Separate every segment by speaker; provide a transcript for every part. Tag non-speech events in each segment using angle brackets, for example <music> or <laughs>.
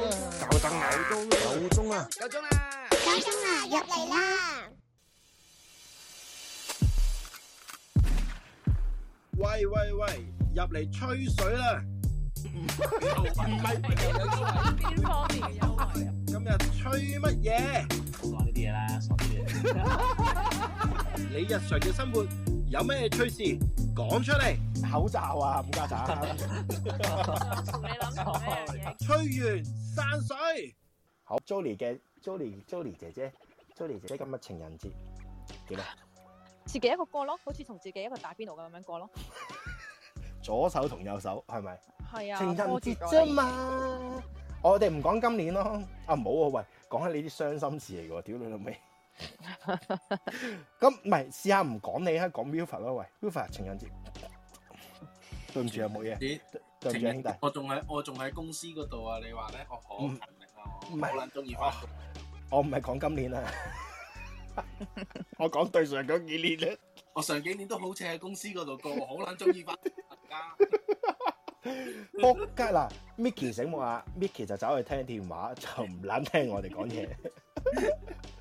Speaker 1: 燈啊！夠鐘啊！
Speaker 2: 夠鐘啦！
Speaker 3: 夠鐘啦，入嚟啦！
Speaker 4: 喂喂喂，入嚟吹水啦！
Speaker 2: 唔係邊方面嘅優惠啊？
Speaker 4: 今日吹乜嘢？
Speaker 5: 唔好講呢啲嘢啦，傻啲嘢。
Speaker 4: 你日常嘅生活有咩趣事講出嚟？
Speaker 1: 口罩啊，冚家鏟！
Speaker 2: 同你諗同一樣嘢。
Speaker 4: 吹完散水，
Speaker 1: 好，Jolie 嘅 Jolie Jolie 姐姐，Jolie 姐姐今日情人節點啊？
Speaker 6: 自己一個過咯，好似同自己一個打邊爐咁樣過咯。
Speaker 1: 左手同右手係咪？
Speaker 6: 係啊，
Speaker 1: 情人
Speaker 6: 拖住
Speaker 1: 節
Speaker 6: 咗
Speaker 1: 啫嘛。我哋唔講今年咯。啊冇啊，喂，講起你啲傷心事嚟喎，屌你老味。咁唔係試下唔講你啊，講 Wilfred 咯，喂，Wilfred 情人節。對唔住啊，冇嘢，
Speaker 5: 你
Speaker 1: 對唔住啊兄弟。
Speaker 5: 我仲喺我仲喺公司嗰度啊！你話咧，我好勤力啊，我
Speaker 1: 嗯唔係
Speaker 5: 好撚中意翻工。
Speaker 1: 我唔係講今年啊，我講對上嗰幾年咧。
Speaker 5: 我上幾年都好似喺公司嗰度過，我好撚中意翻而
Speaker 1: <laughs>
Speaker 5: 家。
Speaker 1: 仆街嗱，Micky 醒目啊，Micky 就走去聽電話，就唔撚聽我哋講嘢。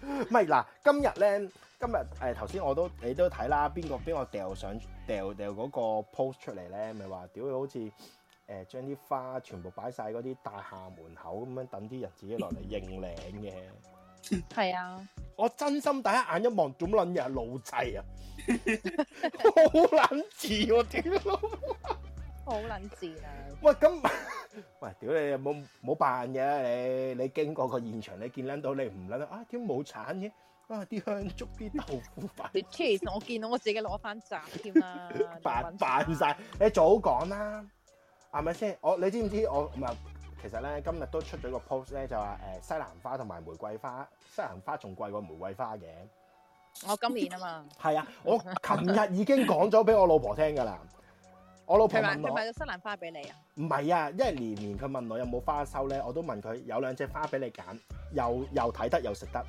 Speaker 1: 唔係嗱，今日咧，今日誒頭先我都你都睇啦，邊個邊個掉上掉掉嗰個 post 出嚟咧，咪話屌佢好似誒、呃、將啲花全部擺晒嗰啲大廈門口咁樣，等啲人自己落嚟認領嘅。
Speaker 6: 係啊，
Speaker 1: 我真心第一眼一望，做乜撚嘢啊老滯啊， <laughs> 好撚似我屌！
Speaker 6: 好撚賤啊！
Speaker 1: 喂， <laughs> 咁喂，屌你冇冇扮嘅你，你經過個現場，你見撚到你唔撚到啊？點冇產嘅？啊！啲香燭、啲豆腐擺，
Speaker 6: 你黐我見到我自己攞翻扎添啦
Speaker 1: 扮扮晒，你早講啦，係咪先？我你知唔知我唔係？其實咧，今日都出咗個 post à, 咧，就話誒西蘭花同埋玫瑰花，西蘭花仲貴過玫瑰花嘅。
Speaker 6: 我今年啊嘛，
Speaker 1: 係啊，我琴日已經講咗俾我老婆聽㗎啦。我老婆
Speaker 6: 佢買
Speaker 1: 問
Speaker 6: 佢
Speaker 1: 我
Speaker 6: 買咗西蘭花俾你啊，
Speaker 1: 唔係啊，因為年年佢問我有冇花收咧，我都問佢有兩隻花俾你揀，又又睇得又食得。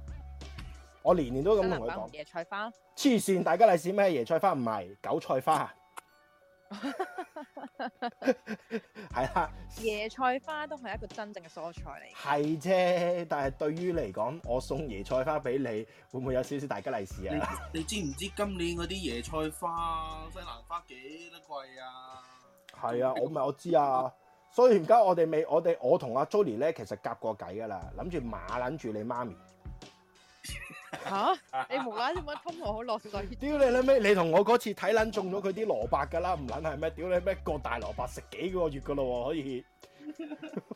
Speaker 1: 我年年都
Speaker 6: 西
Speaker 1: 咁同
Speaker 6: 蘭
Speaker 1: 佢
Speaker 6: 花同
Speaker 1: 講，
Speaker 6: 椰菜花，
Speaker 1: 黐線！大家利是咩？椰菜花唔係韭菜花，係啦，
Speaker 6: 椰菜花都係一個真正嘅蔬菜嚟嘅。
Speaker 1: 係啫。但係對於嚟講，我送椰菜花俾你，會唔會有少少大家利是啊？
Speaker 5: 你你知唔知今年嗰啲椰菜花、西蘭花幾得貴啊？
Speaker 1: <laughs> 係啊，我咪我知啊。所以而家我哋未，我哋我同阿 Jolie 咧，其實夾過計㗎啦，諗住馬撚住你媽咪。
Speaker 6: 吓？你無啦啦點解通我好落水？
Speaker 1: 屌你啦咩！你同我嗰次睇撚中咗佢啲蘿蔔㗎啦，唔撚係咩？屌你咩！個大蘿蔔食幾個月㗎咯喎，可以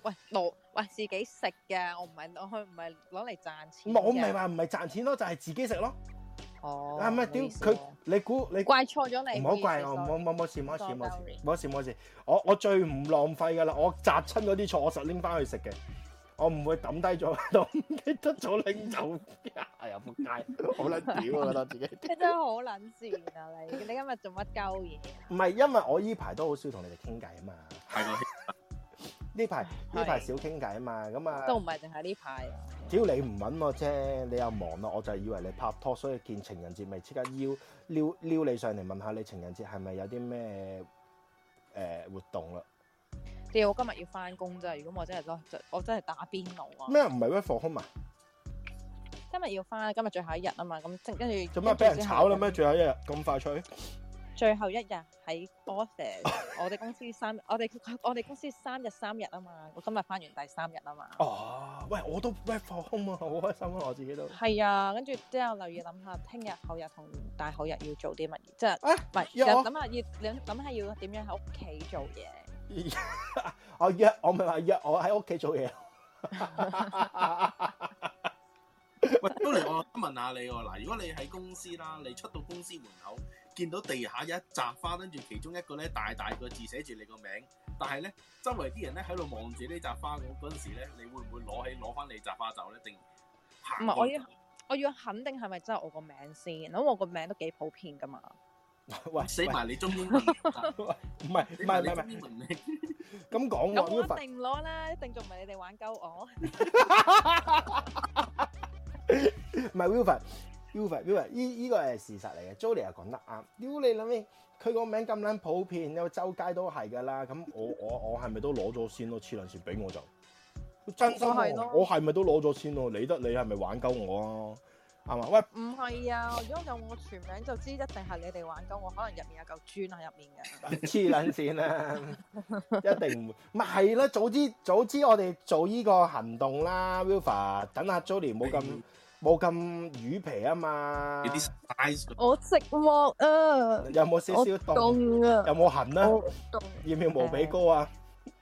Speaker 6: 喂，攞喂自己食嘅，我唔係攞去，唔係攞嚟賺錢
Speaker 1: 唔
Speaker 6: 嘅。
Speaker 1: 係我唔係話唔係賺錢咯，就係、自己食咯。
Speaker 6: 哦，
Speaker 1: 係咪
Speaker 6: 唔好
Speaker 1: 屌
Speaker 6: 意思
Speaker 1: 佢
Speaker 6: 啊？
Speaker 1: 你估你
Speaker 6: 怪錯咗你，
Speaker 1: 唔好怪我，
Speaker 6: 唔好意思
Speaker 1: 冇冇冇事冇事冇
Speaker 6: Sorry
Speaker 1: 事冇事冇事。我我最唔浪費㗎啦，我摘親嗰啲菜我實拎翻去食嘅，我唔會抌低咗喺度，唔記得咗拎走。哎呀仆街，好撚屌啊！覺得自己。
Speaker 6: <laughs> 你真係好撚賤啊！你你今日做乜鳩嘢啊？
Speaker 1: 唔係因為我依排都好少同你哋傾偈啊嘛，
Speaker 5: 係個
Speaker 1: 呢排呢
Speaker 6: 係
Speaker 1: 排少傾偈啊嘛，咁啊。
Speaker 6: 都唔係淨係呢排啊！
Speaker 1: 屌你唔揾我啫，你又忙啦，我就係以為你拍拖，所以見情人節咪即刻邀撩撩你上嚟問下你情人節係咪有啲咩誒活動啦？
Speaker 6: 屌，我今日要翻工啫，如果我真係咯，就我真係打邊爐啊！
Speaker 1: 咩唔係 work from home 啊？
Speaker 6: 今日要翻，今日最後一日啊嘛，咁即跟住
Speaker 1: 做咩俾人炒啦？咩？最後一日咁快脆？
Speaker 6: 最後一日喺 office，我
Speaker 1: <laughs>
Speaker 6: 哋公司三，我哋我哋公司三日三日啊嘛，我今日翻完第三日啊嘛。
Speaker 1: 哦，喂，我都 work from home 啊，好開心啊，我自己都
Speaker 6: 係啊，跟住之後留意諗下，聽日、後日同大後日要做啲乜嘢，即係
Speaker 1: 啊
Speaker 6: 唔係
Speaker 1: 約
Speaker 6: 又
Speaker 1: 我
Speaker 6: 諗下要諗諗下要點樣喺屋企做嘢。
Speaker 1: 我哦約我咪話約我喺屋企做嘢。
Speaker 5: 喂，都嚟我想問下你喎，嗱，如果你喺公司啦，你出到公司門口，見到地下有一扎花，跟住其中一個咧大大個字寫住你個名，但係咧周圍啲人咧喺度望住呢扎花嗰嗰陣時咧，你會唔會攞起攞翻你扎花走咧？定行
Speaker 6: 唔係
Speaker 5: 過
Speaker 6: 我要我要肯定係咪真係我個名先，咁我個名都幾普遍噶嘛。
Speaker 1: 喂，
Speaker 5: 死
Speaker 1: 喂
Speaker 5: 埋你中英文，
Speaker 1: <laughs>
Speaker 5: 唔
Speaker 1: 唔係唔係唔係唔係
Speaker 5: 英文名，
Speaker 1: 咁講
Speaker 6: 咁我
Speaker 1: 喎
Speaker 6: 一
Speaker 1: Wilfred
Speaker 6: 定唔攞啦，一定仲唔係你哋玩鳩我？
Speaker 1: 唔係 Wilfred，Wilfred，Wilfred，依依個係事實嚟嘅。Jolie 又講得啱，屌你諗咩？佢個名咁撚普遍，有周街都係㗎啦。咁我我我係咪都攞咗先咯？黐撚線俾我就，真心
Speaker 6: 我係
Speaker 1: 喎
Speaker 6: 咯
Speaker 1: 我係咪都攞咗先咯？理得你係咪玩鳩我啊？啱嘛？喂，
Speaker 6: 唔係啊，如果有我全名就知，一定係你哋玩鳩我，可能入面有嚿磚喺入面嘅。
Speaker 1: <laughs> 黐撚線啦，一定唔會咪係啦。早知早知我哋做呢個行動啦，Wilfa，等阿 Jolie 冇咁冇咁魚皮啊嘛。
Speaker 5: 嗯有啲
Speaker 1: 啊
Speaker 5: size
Speaker 6: 我寂寞啊，
Speaker 1: 有冇少
Speaker 6: 我
Speaker 1: 少凍？
Speaker 6: 凍啊，
Speaker 1: 有冇痕啊？
Speaker 6: 我凍。
Speaker 1: 要唔要無比高 <laughs> 啊？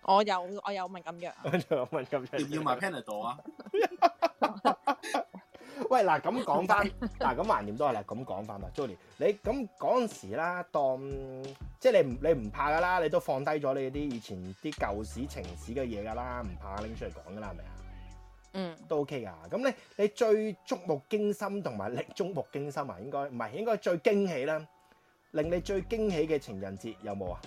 Speaker 6: 我有我有敏感藥啊，
Speaker 1: 跟住我問咁
Speaker 5: 要唔
Speaker 1: 樣。
Speaker 5: 要埋 Panadol 啊？
Speaker 1: 喂，嗱咁講翻，嗱咁橫掂都係啦，咁講翻啦，Jolie，你咁嗰陣時啦，當即係你唔你唔怕噶啦，你都放低咗你啲以前啲舊史情史嘅嘢噶啦，唔怕拎出嚟講噶啦，係咪啊？
Speaker 6: 嗯，
Speaker 1: 都 OK à. 噶。咁你你最觸目驚心同埋令觸目驚心啊，應該唔係應該最驚喜啦，令你最驚喜嘅情人節有冇啊？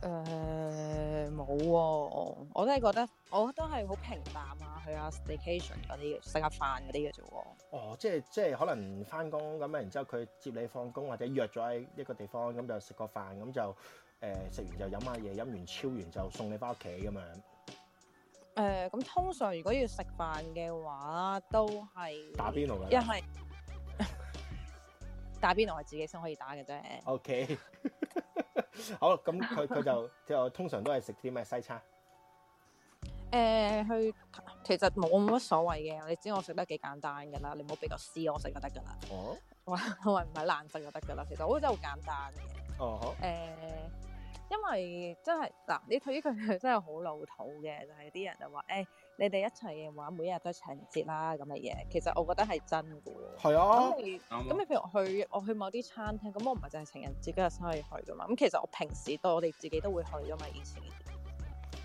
Speaker 6: 誒冇喎，我都係覺得我都係好平淡啊，去下 station 嗰啲，食下飯嗰啲嘅啫喎。
Speaker 1: 哦，即係即係可能翻工咁啊，然之後佢接你放工，或者約咗喺一個地方，咁就食個飯，咁就呃誒食、完就飲下嘢，飲完超完就送你翻屋企咁樣。
Speaker 6: 誒、咁通常如果要食飯嘅話，都係
Speaker 1: 打邊爐㗎
Speaker 6: 一係打邊爐係自己先可以打嘅啫。
Speaker 1: O K，好咁佢佢就就通常都係食啲咩西餐？
Speaker 6: 誒、去其實冇冇乜所謂嘅，你知我食得幾簡單㗎啦，你唔好俾個 C 我食就得㗎啦，
Speaker 1: 哦，
Speaker 6: 同埋唔係難食就得㗎啦。其實我真係好簡單嘅。
Speaker 1: 哦好
Speaker 6: 誒、因為真係嗱，呢套呢句真係好老土嘅，就係、啲人就話誒、你哋一齊嘅話，每一日都係情人節啦咁嘅嘢。其實我覺得係真嘅喎。
Speaker 1: 係啊
Speaker 6: 咁，你
Speaker 5: 啱
Speaker 6: 咁
Speaker 5: 啊
Speaker 6: 你譬如我去我去某啲餐廳，咁我唔係淨係情人節嗰日先可以去噶嘛。咁其實我平時都我哋自己都會去噶嘛，以前。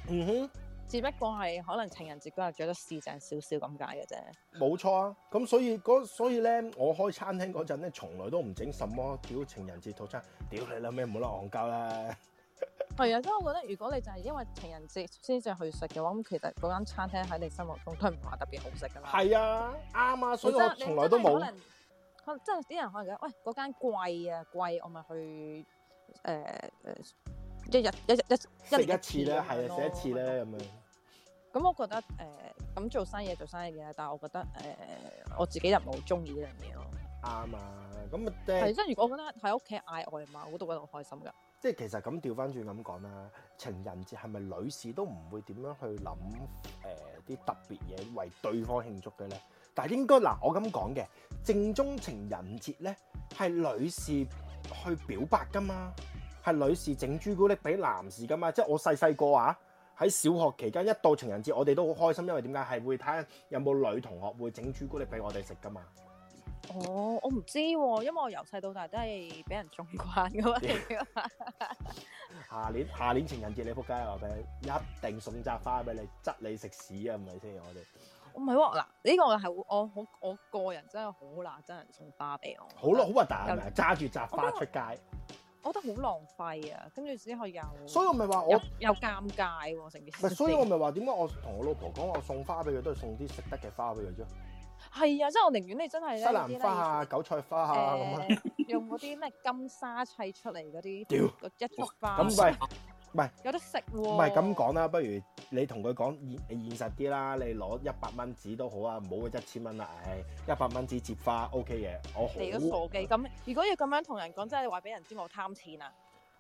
Speaker 1: 嗯哼，
Speaker 6: 只不過係可能情人節嗰日着得市正少少咁解嘅啫。
Speaker 1: 冇錯啊。咁所以嗰所以咧，我開餐廳嗰陣咧，從來都唔整什麼屌情人節套餐，屌你啦咩，唔好啦戇鳩啦。
Speaker 6: 係啊，即係我覺得如果你就係因為情人節先至去食嘅話，咁其實嗰間餐廳喺你心目中都唔話特別好食噶嘛。
Speaker 1: 係啊，啱啊，所以我
Speaker 6: 你真
Speaker 1: 從來都
Speaker 6: 你真係可
Speaker 1: 冇。
Speaker 6: 能可能真係啲人可能覺得，喂嗰間貴啊貴，我咪去誒誒一日一日一
Speaker 1: 食
Speaker 6: 一
Speaker 1: 一
Speaker 6: 年
Speaker 1: 次咧，
Speaker 6: 咁樣
Speaker 1: 係啊，食一次
Speaker 6: 咯
Speaker 1: 咧咁樣。
Speaker 6: 咁我覺得誒，呃咁、做生意就做生意嘅，但係我覺得誒、呃我自己就唔係好中意呢樣嘢咯。
Speaker 1: 啱啊，咁啊，即
Speaker 6: 係
Speaker 1: 係
Speaker 6: 即係如果我覺得喺屋企嗌外賣，我都覺得好開心㗎。
Speaker 1: 即係其實咁調翻轉咁講啦，情人節係咪女士都唔會點樣去諗誒啲特別嘢為對方慶祝嘅咧？但係應該嗱，我咁講嘅正宗情人節咧，係女士去表白噶嘛，係女士整朱古力俾男士噶嘛，即係我細細個啊。喺小學期間，一到情人節，我哋都好開心，因為點解係會睇下有冇女同學會整朱古力俾我哋食噶嘛。
Speaker 6: 哦，我唔知喎、因為我由細到大都係俾人縱慣㗎 <laughs> 嘛。
Speaker 1: 下年下年情人節你仆街話俾你，一定送扎花俾你，執你食屎啊，唔係先我哋
Speaker 6: 唔係喎，嗱呢個係我好我個人真係好乸憎人送花俾我。
Speaker 1: 好咯，好核突啊係咪？揸住扎花
Speaker 6: 我都
Speaker 1: 出街，
Speaker 6: 我覺得好浪費啊，跟住之後又
Speaker 1: 所以我咪話我
Speaker 6: 又，又尷尬喎、成件
Speaker 1: 咪
Speaker 6: 事。
Speaker 1: 所以我咪話點解我同我老婆講我送花俾佢都係送啲食得嘅花俾佢啫，
Speaker 6: 係啊，即係我寧願你真係
Speaker 1: 西
Speaker 6: 咧
Speaker 1: 蘭花啊、韭菜花啊咁啊，
Speaker 6: 誒用嗰啲咩金沙砌出嚟嗰啲，
Speaker 1: 屌
Speaker 6: 嗰一束花，
Speaker 1: 咁
Speaker 5: 啊
Speaker 1: 喂。
Speaker 6: 有得食喎。
Speaker 1: 唔係咁，講啦，不如你同佢講現現實啲啦，你攞一百蚊紙都好啊，唔好一千蚊啦，唉，一百蚊紙接花 OK 嘅，我
Speaker 6: 你
Speaker 1: 好
Speaker 6: 都傻嘅。咁如果要咁樣同人講，真係話俾人知我貪錢啊！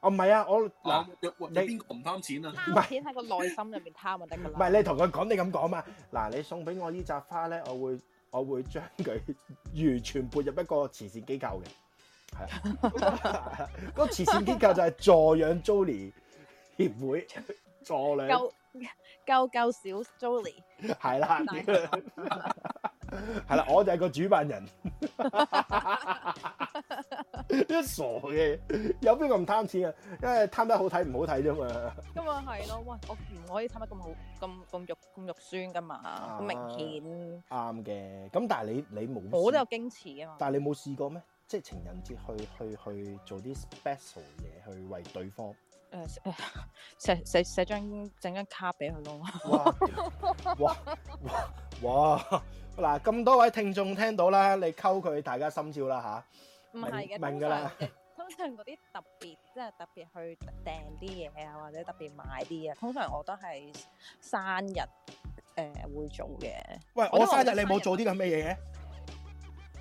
Speaker 1: 哦，唔係啊，我嗱
Speaker 5: 嗱，有有
Speaker 1: 你
Speaker 5: 邊個唔貪錢
Speaker 1: <laughs>
Speaker 5: 啊？
Speaker 1: 係
Speaker 6: 貪錢喺個內心入面貪就得㗎
Speaker 1: 唔
Speaker 6: 啦。
Speaker 1: 係你同佢講，你咁講嘛？嗱，你送俾我呢扎花咧，我會我會將佢完全撥入一個慈善機構嘅，係啊，嗰個慈善機構就係助養 Jolie 協會，助養
Speaker 6: 夠夠夠少 Jolie，
Speaker 1: 係啦，
Speaker 6: 大
Speaker 1: 係啦，我就係個主辦人， <laughs> 一傻嘅，有邊個唔貪錢啊？因為貪得好睇唔好睇啫嘛。
Speaker 6: 咁啊係咯，喂，我唔可以貪得咁好，咁咁肉咁肉酸㗎
Speaker 1: 啊
Speaker 6: 嘛，好明顯，
Speaker 1: 啱嘅，咁但係你你冇事
Speaker 6: 我都有矜持㗎嘛。
Speaker 1: 但係你冇試過咩？即係情人節去去去做啲 special 嘢去為對方。
Speaker 6: 誒誒寫寫寫張整張卡俾佢咯。
Speaker 1: 哇！哇！哇！哇！嗱，咁多位聽眾聽到啦，你溝佢，大家心照啦吓。
Speaker 6: 唔係嘅，
Speaker 1: 明
Speaker 6: 通
Speaker 1: 㗎啦
Speaker 6: 常嘅通身上嗰啲特別，即係特別去訂啲嘢啊，或者特別買啲嘢，啊通常我都係生日誒、呃、會做嘅。
Speaker 1: 喂，
Speaker 6: 我都
Speaker 1: 我
Speaker 6: 話
Speaker 1: 生日
Speaker 6: 我
Speaker 1: 你冇
Speaker 6: 生日
Speaker 1: 做啲咁嘅嘢嘅？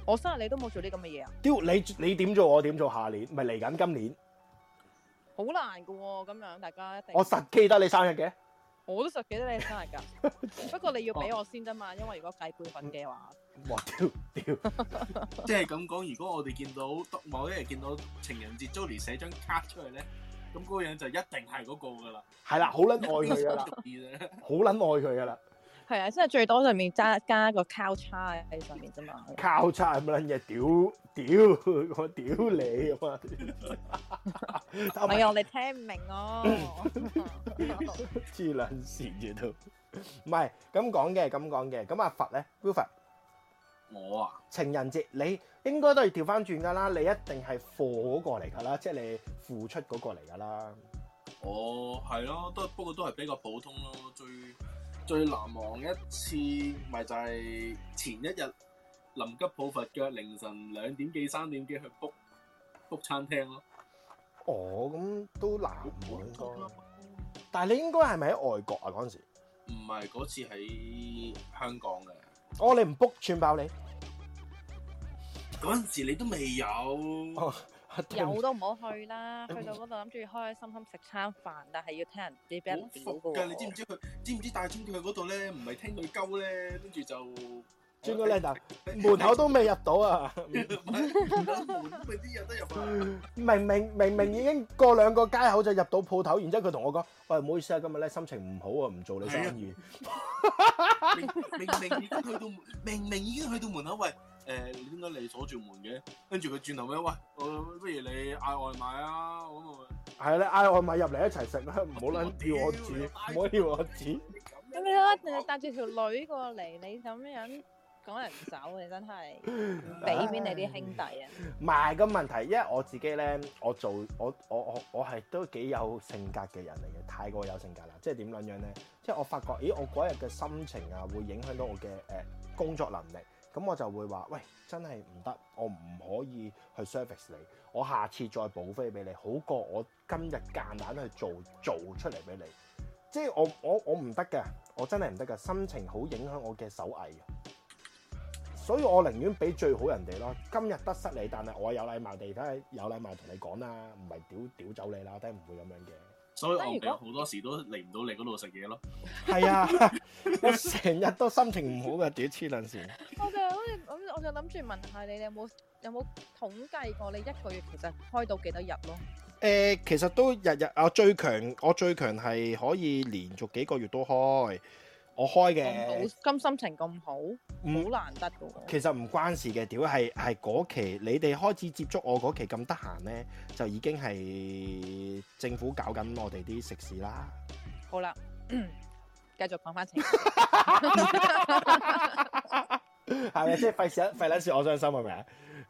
Speaker 6: 我生日你都冇做啲咁嘅嘢啊，
Speaker 1: 屌你你點做我點做下年？咪嚟緊今年，
Speaker 6: 好難噶喎、咁樣大家一定
Speaker 1: 我實記得你生日嘅。
Speaker 6: 我都實記得你生日㗎，
Speaker 1: <laughs>
Speaker 6: 不過你要俾我先啫嘛，因為如果計輩份嘅話，
Speaker 1: 哇屌屌！
Speaker 5: 即係咁講，如果我哋見到某一日見到情人節 Jolie 寫張卡出嚟咧，咁嗰個人就一定係嗰
Speaker 1: <laughs>
Speaker 5: 個噶啦，
Speaker 1: 係啦，好撚愛佢噶啦，
Speaker 5: 中意咧。
Speaker 1: 好撚愛佢噶啦，
Speaker 6: 係啊，即係最多上面加加個交叉喺上面
Speaker 1: <laughs>
Speaker 6: 啫嘛。
Speaker 1: 交叉咁撚嘢，屌屌我屌你咁啊！哦
Speaker 6: 唔
Speaker 1: 唔
Speaker 6: 係啊，我哋聽唔明哦。
Speaker 1: <laughs>
Speaker 6: <laughs>
Speaker 1: 黐撚線嘅都，唔係咁講嘅，咁講嘅。咁阿佛咧 w i l f r
Speaker 5: 我啊，
Speaker 1: 情人節你應該都係調翻轉㗎啦，你一定係貨嗰個嚟㗎啦，即係你付出嗰個嚟㗎啦。
Speaker 5: 我係咯，都不過都係比較普通咯。最最難忘一次咪就係前一日臨急抱佛腳，凌晨兩點幾三點幾去 book book 餐廳咯。
Speaker 1: 哦，咁都難喎應
Speaker 5: 好
Speaker 1: 該。但係你應該係咪喺外國啊嗰陣時？
Speaker 5: 唔係嗰次喺香港嘅，
Speaker 1: 哦，你唔 book 串爆你，
Speaker 5: 嗰陣時你都未有。
Speaker 1: 哦
Speaker 5: 嗯
Speaker 6: 有都唔好去啦，去到嗰度諗住開開心心食餐飯，但係要聽人俾俾人屌
Speaker 5: 好服㗎，你知唔
Speaker 6: 㗎喎。
Speaker 5: 知佢？知唔知大專佢去嗰度咧？唔係聽佢鳩咧，跟住就
Speaker 1: 轉個靚頭，門口都未入到啊！
Speaker 5: 門口門都未知有得入啊！
Speaker 1: 明明明明已經過兩個街口就入到鋪頭，然之後佢同我講：喂，唔好意思啊，今日咧心情唔好啊，唔做你生意。
Speaker 5: 明明明已經去到門，明明已經去到門口，喂，誒、你點解你鎖住門嘅？跟住佢轉頭咩？喂，我不如你嗌外賣啊！咁啊，
Speaker 1: 係啦，嗌外賣入嚟一齊食啦，唔好撚要我煮，唔好要我煮。
Speaker 6: 咁你咯，淨係帶住條女過嚟，你咁樣講人走，啊你真係
Speaker 5: 嗯
Speaker 6: 俾邊你啲兄弟啊！
Speaker 1: 唔係個問題，因為我自己咧，我做我我我我係都幾有性格嘅人嚟嘅，太過有性格啦。即係點撚樣咧？即係我發覺，咦，我嗰日嘅心情啊，會影響到我嘅誒、呃工作能力。咁我就會話：喂，真係唔得，我唔可以去 service 你，我下次再補飛俾你，好過我今日夾硬去做做出嚟俾你。即係我我我唔得㗎，我真係唔得㗎，心情好影響我嘅手藝嘅。所以我寧願俾最好人哋咯。今日得失你，但係我有禮貌地，梗係有禮貌同你講啦，唔係屌屌走你啦，我梗係唔會咁樣
Speaker 5: 所以
Speaker 6: 但係
Speaker 5: 我
Speaker 6: 如
Speaker 5: 哋
Speaker 6: 果
Speaker 5: 好多時都嚟唔到你嗰度食嘢咯。
Speaker 1: 嘅。係啊， <laughs> 我成日都心情唔好嘅，屌黐撚線。
Speaker 6: 我就好似我我就諗住問下你，你有冇有冇統計過你一個月其實開到幾多日咯？
Speaker 1: 誒、其實都日日我最強，我最強係可以連續幾個月都開，我開
Speaker 6: 咁好，
Speaker 1: 嘅。
Speaker 6: 咁心情咁好，好
Speaker 1: 唔，
Speaker 6: 難得噶喎。
Speaker 1: 其實唔關事嘅，屌係係嗰期你哋開始接觸我嗰期咁得閒呢，就已經係政府搞緊我哋啲食肆啦。
Speaker 6: 好啦，繼續講翻情。
Speaker 1: <laughs> 係咪即係費事費撚事我傷心係咪啊？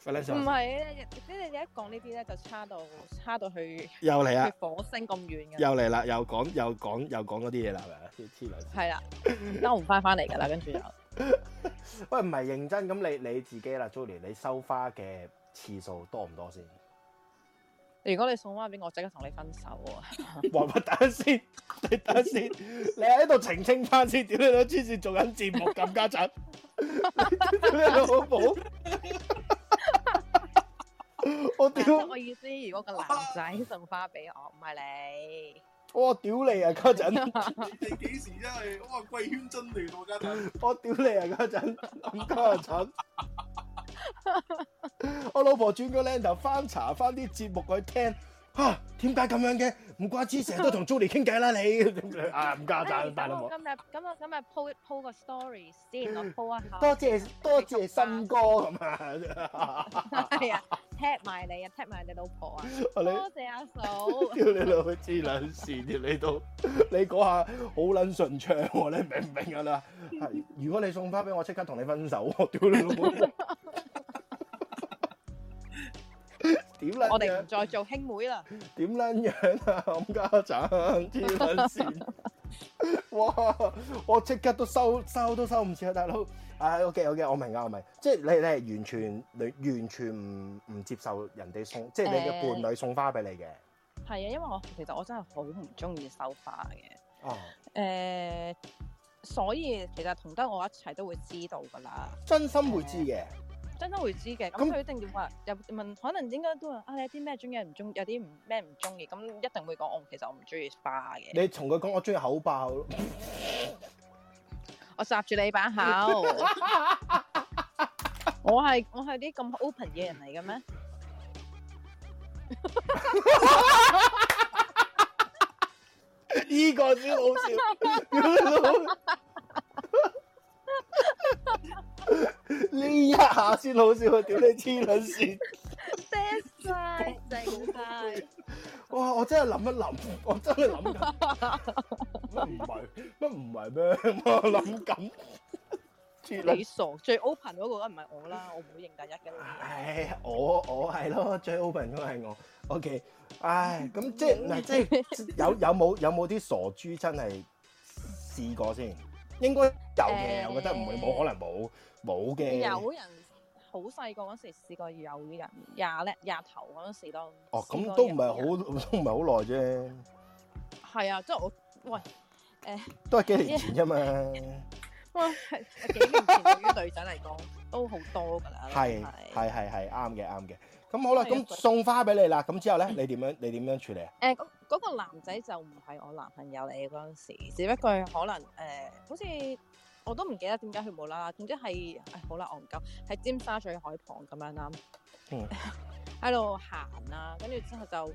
Speaker 1: 費撚事
Speaker 6: 唔
Speaker 1: 我傷心
Speaker 6: 係啊，你哋一講呢啲咧，就差到差到去去
Speaker 1: 又嚟
Speaker 5: 啊
Speaker 1: 啦，
Speaker 6: 火星咁遠嘅。
Speaker 1: 又嚟啦，又講又講又講嗰啲嘢啦，係咪啊？黐黐撚線
Speaker 6: 係啦，兜唔翻翻嚟㗎啦，跟住就
Speaker 1: 喂，唔係認真咁，你你自己啦，Julie，你收花嘅次數多唔
Speaker 6: <laughs>
Speaker 1: 多先？
Speaker 6: 如果你送翻俾我，即刻同你分手喎。
Speaker 1: 喂喂，等陣先，你等陣先，你喺度澄清翻先，屌你老黐線做緊節目咁家陣，屌你老母！
Speaker 6: <laughs>
Speaker 1: 我
Speaker 6: 但係
Speaker 1: 屌
Speaker 6: 我 <laughs> 意思，如果個男仔送花俾我，唔係你，
Speaker 1: 我屌你啊家陣，
Speaker 5: 你幾時真係哇貴圈真亂喎，家陣
Speaker 1: 我屌你啊家陣，咁家陣。 <laughs> 我老婆轉個靚頭翻查翻啲節目去聽，嚇、點解咁樣嘅？唔怪之成日都同 Julie 傾偈啦你， <laughs> 啊唔家
Speaker 6: 哎
Speaker 1: 陣大老
Speaker 6: 咁
Speaker 1: 母
Speaker 6: 我。今日咁我今日 po po 個 story 先，我 po 一下。
Speaker 1: 多謝多謝新歌咁啊！ <laughs>
Speaker 6: 係啊，tag 埋你啊，tag 埋你老婆啊，
Speaker 1: 我你
Speaker 6: 多謝
Speaker 1: <laughs>
Speaker 6: 阿嫂。
Speaker 1: 屌你老母黐撚線，屌你都 <laughs> 你嗰下好撚順暢喎，你明唔明啊啦？係如果你送花俾我，即刻同你分手喎！ <laughs> 屌你老母！點撚
Speaker 6: 我哋
Speaker 1: 樣
Speaker 6: 唔？再做兄妹啦。
Speaker 1: 點撚樣啊？冚家鏟黐撚線！ <laughs> 哇！我即刻都收收都收唔切啊，大佬。啊，OK OK，我明啊，我明。即係你你係完全你完全唔唔接受人哋送，即係你嘅伴
Speaker 6: 誒
Speaker 1: 侶送花俾你嘅。
Speaker 6: 係啊，因為我其實我真係好唔中意收花嘅。
Speaker 1: 啊，
Speaker 6: 誒、所以其實同得我一齊都會知道㗎啦，
Speaker 1: 真心會知嘅。
Speaker 6: 真都會知嘅。咁
Speaker 1: 咁
Speaker 6: 佢一定要話又問，可能應該都話啊，你有啲咩中意，有唔中，有啲唔咩唔中意，咁一定會講我其實我唔中意花嘅。
Speaker 1: 你同佢講我中意口爆，
Speaker 6: 我霎住你把口，我係我係啲咁 open 嘅人嚟嘅咩？
Speaker 1: <laughs> 呢個先好笑。 <laughs> 呢一下先好笑啊！屌你黐撚線！
Speaker 6: 嗲晒，靜晒。
Speaker 1: 哇！我真係諗一諗，我真係諗緊。乜唔係？乜唔係咩？ <laughs> 我諗緊。黐撚
Speaker 6: 你傻，最 open 嗰個梗唔係我啦，我唔會認第一嘅啦。
Speaker 1: 唉，我我係咯， <laughs> 最 open 嗰個係我。OK，唉，咁即係嗱，即係有有冇有冇啲傻豬真係試過先？應該有嘅，
Speaker 6: 誒
Speaker 1: 我覺得唔會冇可能冇冇嘅。
Speaker 6: 有人好細個嗰時試過有人廿咧廿頭嗰陣時咯。
Speaker 1: 哦，
Speaker 6: 試
Speaker 1: 咁
Speaker 6: 過
Speaker 1: 都唔係
Speaker 6: 有人。
Speaker 1: 好，都唔係好耐啫，
Speaker 6: <laughs> 係啊，即係我
Speaker 1: 都係幾年前啫嘛。
Speaker 6: 哇，係幾年前對於女仔嚟講都好多㗎啦。
Speaker 1: 係
Speaker 6: 真係。
Speaker 1: 係係係啱嘅啱嘅。咁好啦，
Speaker 6: 係啊
Speaker 1: 咁送花俾你啦，咁之後咧，你點樣你點樣處理啊？
Speaker 6: 誒，嗰嗰個男仔就唔係我男朋友嚟嘅嗰陣時，只不過係可能誒，好似。我都唔記得點解佢冇啦啦，總之係誒好啦，我唔夠喺尖沙咀海旁咁樣啦
Speaker 1: 嗯，
Speaker 6: 喺度行啦，跟住之後就誒、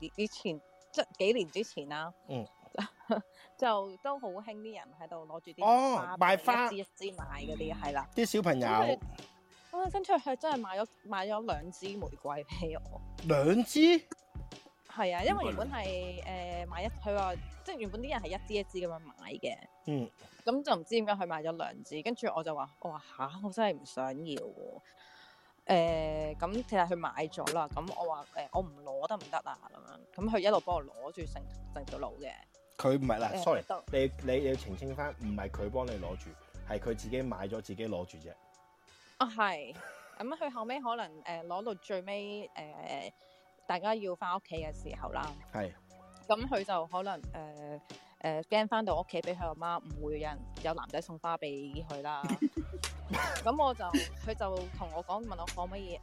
Speaker 6: 以以前即係幾年之前啦，
Speaker 1: 嗯，
Speaker 6: <laughs> 就都好興啲人喺度攞住啲
Speaker 1: 哦
Speaker 6: 花
Speaker 1: 賣
Speaker 6: 一
Speaker 1: 花
Speaker 6: 支一支買嗰啲係啦，
Speaker 1: 啲小朋友
Speaker 6: 咁佢啊跟住佢真係買咗買咗兩支玫瑰俾我。
Speaker 1: 兩支，
Speaker 6: 係啊，因
Speaker 5: 原
Speaker 6: 為
Speaker 5: 本
Speaker 6: 原本係誒、呃買一，佢話即係原本啲人係一支一支咁樣買嘅，
Speaker 1: 嗯，
Speaker 6: 咁就唔知點解佢買咗兩支，跟住我就話我話吓，我真係唔想要喎。誒、咁其實佢買咗啦，咁我話誒、呃我唔攞得唔得啊咁樣，咁佢一路幫我攞住成成條路嘅。
Speaker 1: 佢唔係嗱
Speaker 6: 誒
Speaker 1: 啊，sorry。
Speaker 6: 都
Speaker 1: 你你你要澄清翻，唔係佢幫你攞住，係佢自己買咗自己攞住啫。
Speaker 6: 啊係，咁佢後尾可能誒攞、到最尾誒、呃大家要翻屋企嘅時候啦。
Speaker 1: 係
Speaker 6: 咁佢就可能誒誒驚翻到屋企俾佢阿媽唔會有人有男仔送花俾佢
Speaker 1: <laughs>
Speaker 6: 啦。咁我就佢就同我講問我可唔可以誒誒、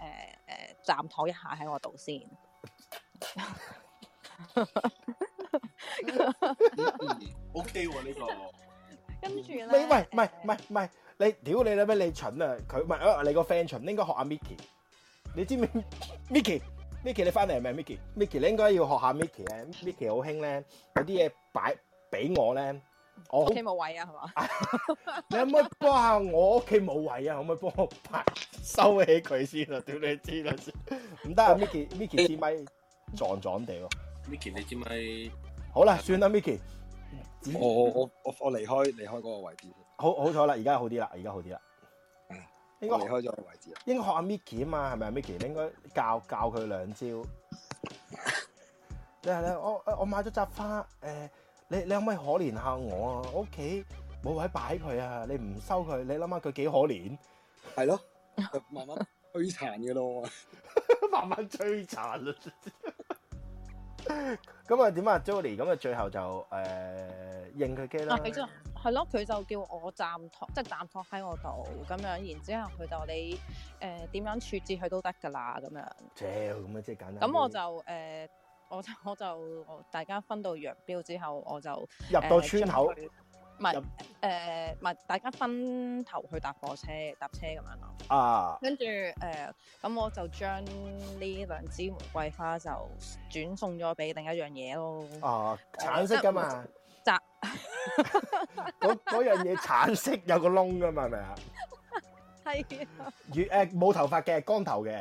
Speaker 6: 呃暫妥一下喺我度先。
Speaker 5: O K 喎呢個，
Speaker 6: 跟住呃咧，
Speaker 1: 你喂唔係
Speaker 6: 誒
Speaker 1: 唔係唔係，你屌你啦咩？你蠢啊！佢唔係啊你個 friend 蠢，你應該學阿 Micky。你知唔知 <laughs> Micky？Micky 你翻嚟係咪 Micky？Micky 你應該要學下 Micky 咧，Micky 好興咧，有啲嘢擺俾我咧，我好
Speaker 6: 屋企冇位啊，係嘛？
Speaker 1: 你可唔可以幫下我屋企冇位啊？可唔可以幫我擺收起佢先啊？屌你知啦先，唔得啊！Micky Micky 支咪撞撞地喎。
Speaker 5: Micky 你知唔知？
Speaker 1: 好啦，算啦，Micky。
Speaker 4: 我我我我我離開離開嗰個位置先，
Speaker 1: 好好彩啦，而家好啲啦，而家好啲啦。應該
Speaker 4: 我離開咗個位置啦。
Speaker 1: 應該學阿 Micky 啊嘛，係咪啊 Micky？你應該教教佢兩招。你係咧，我我買咗扎花，誒、你你可唔可以可憐下我啊？我屋企冇位擺佢啊，你唔收佢，你諗下佢幾可憐， <laughs>
Speaker 4: 係咯，就慢慢摧殘嘅咯。
Speaker 1: 慢慢摧殘啦。咁啊 <laughs> 點啊，Jolie？咁啊最後就誒、應佢機啦
Speaker 6: 啊，。佢就係咯，佢就叫我暫托，即係暫托喺我度咁樣，然之後佢就話你誒點、樣處置佢都得㗎啦咁樣。
Speaker 1: 屌咁啊，即係簡單啲。
Speaker 6: 咁我就誒、呃我就我就我大家分道揚镳之後，我就
Speaker 1: 入到村口
Speaker 6: 誒，將佢呃唔係
Speaker 1: 入
Speaker 6: 誒唔係大家分頭去搭火車搭車咁樣咯。
Speaker 1: 啊，
Speaker 6: 跟住誒，呃咁、我就將呢兩支玫瑰花就轉送咗俾另一樣嘢咯。
Speaker 1: 啊，橙色噶
Speaker 6: 呃
Speaker 1: 嘛，
Speaker 6: 摘
Speaker 1: <laughs> 嗰嗰樣嘢橙色有個窿噶嘛，係咪啊？
Speaker 6: 係
Speaker 1: 越誒冇頭髮嘅，光頭嘅，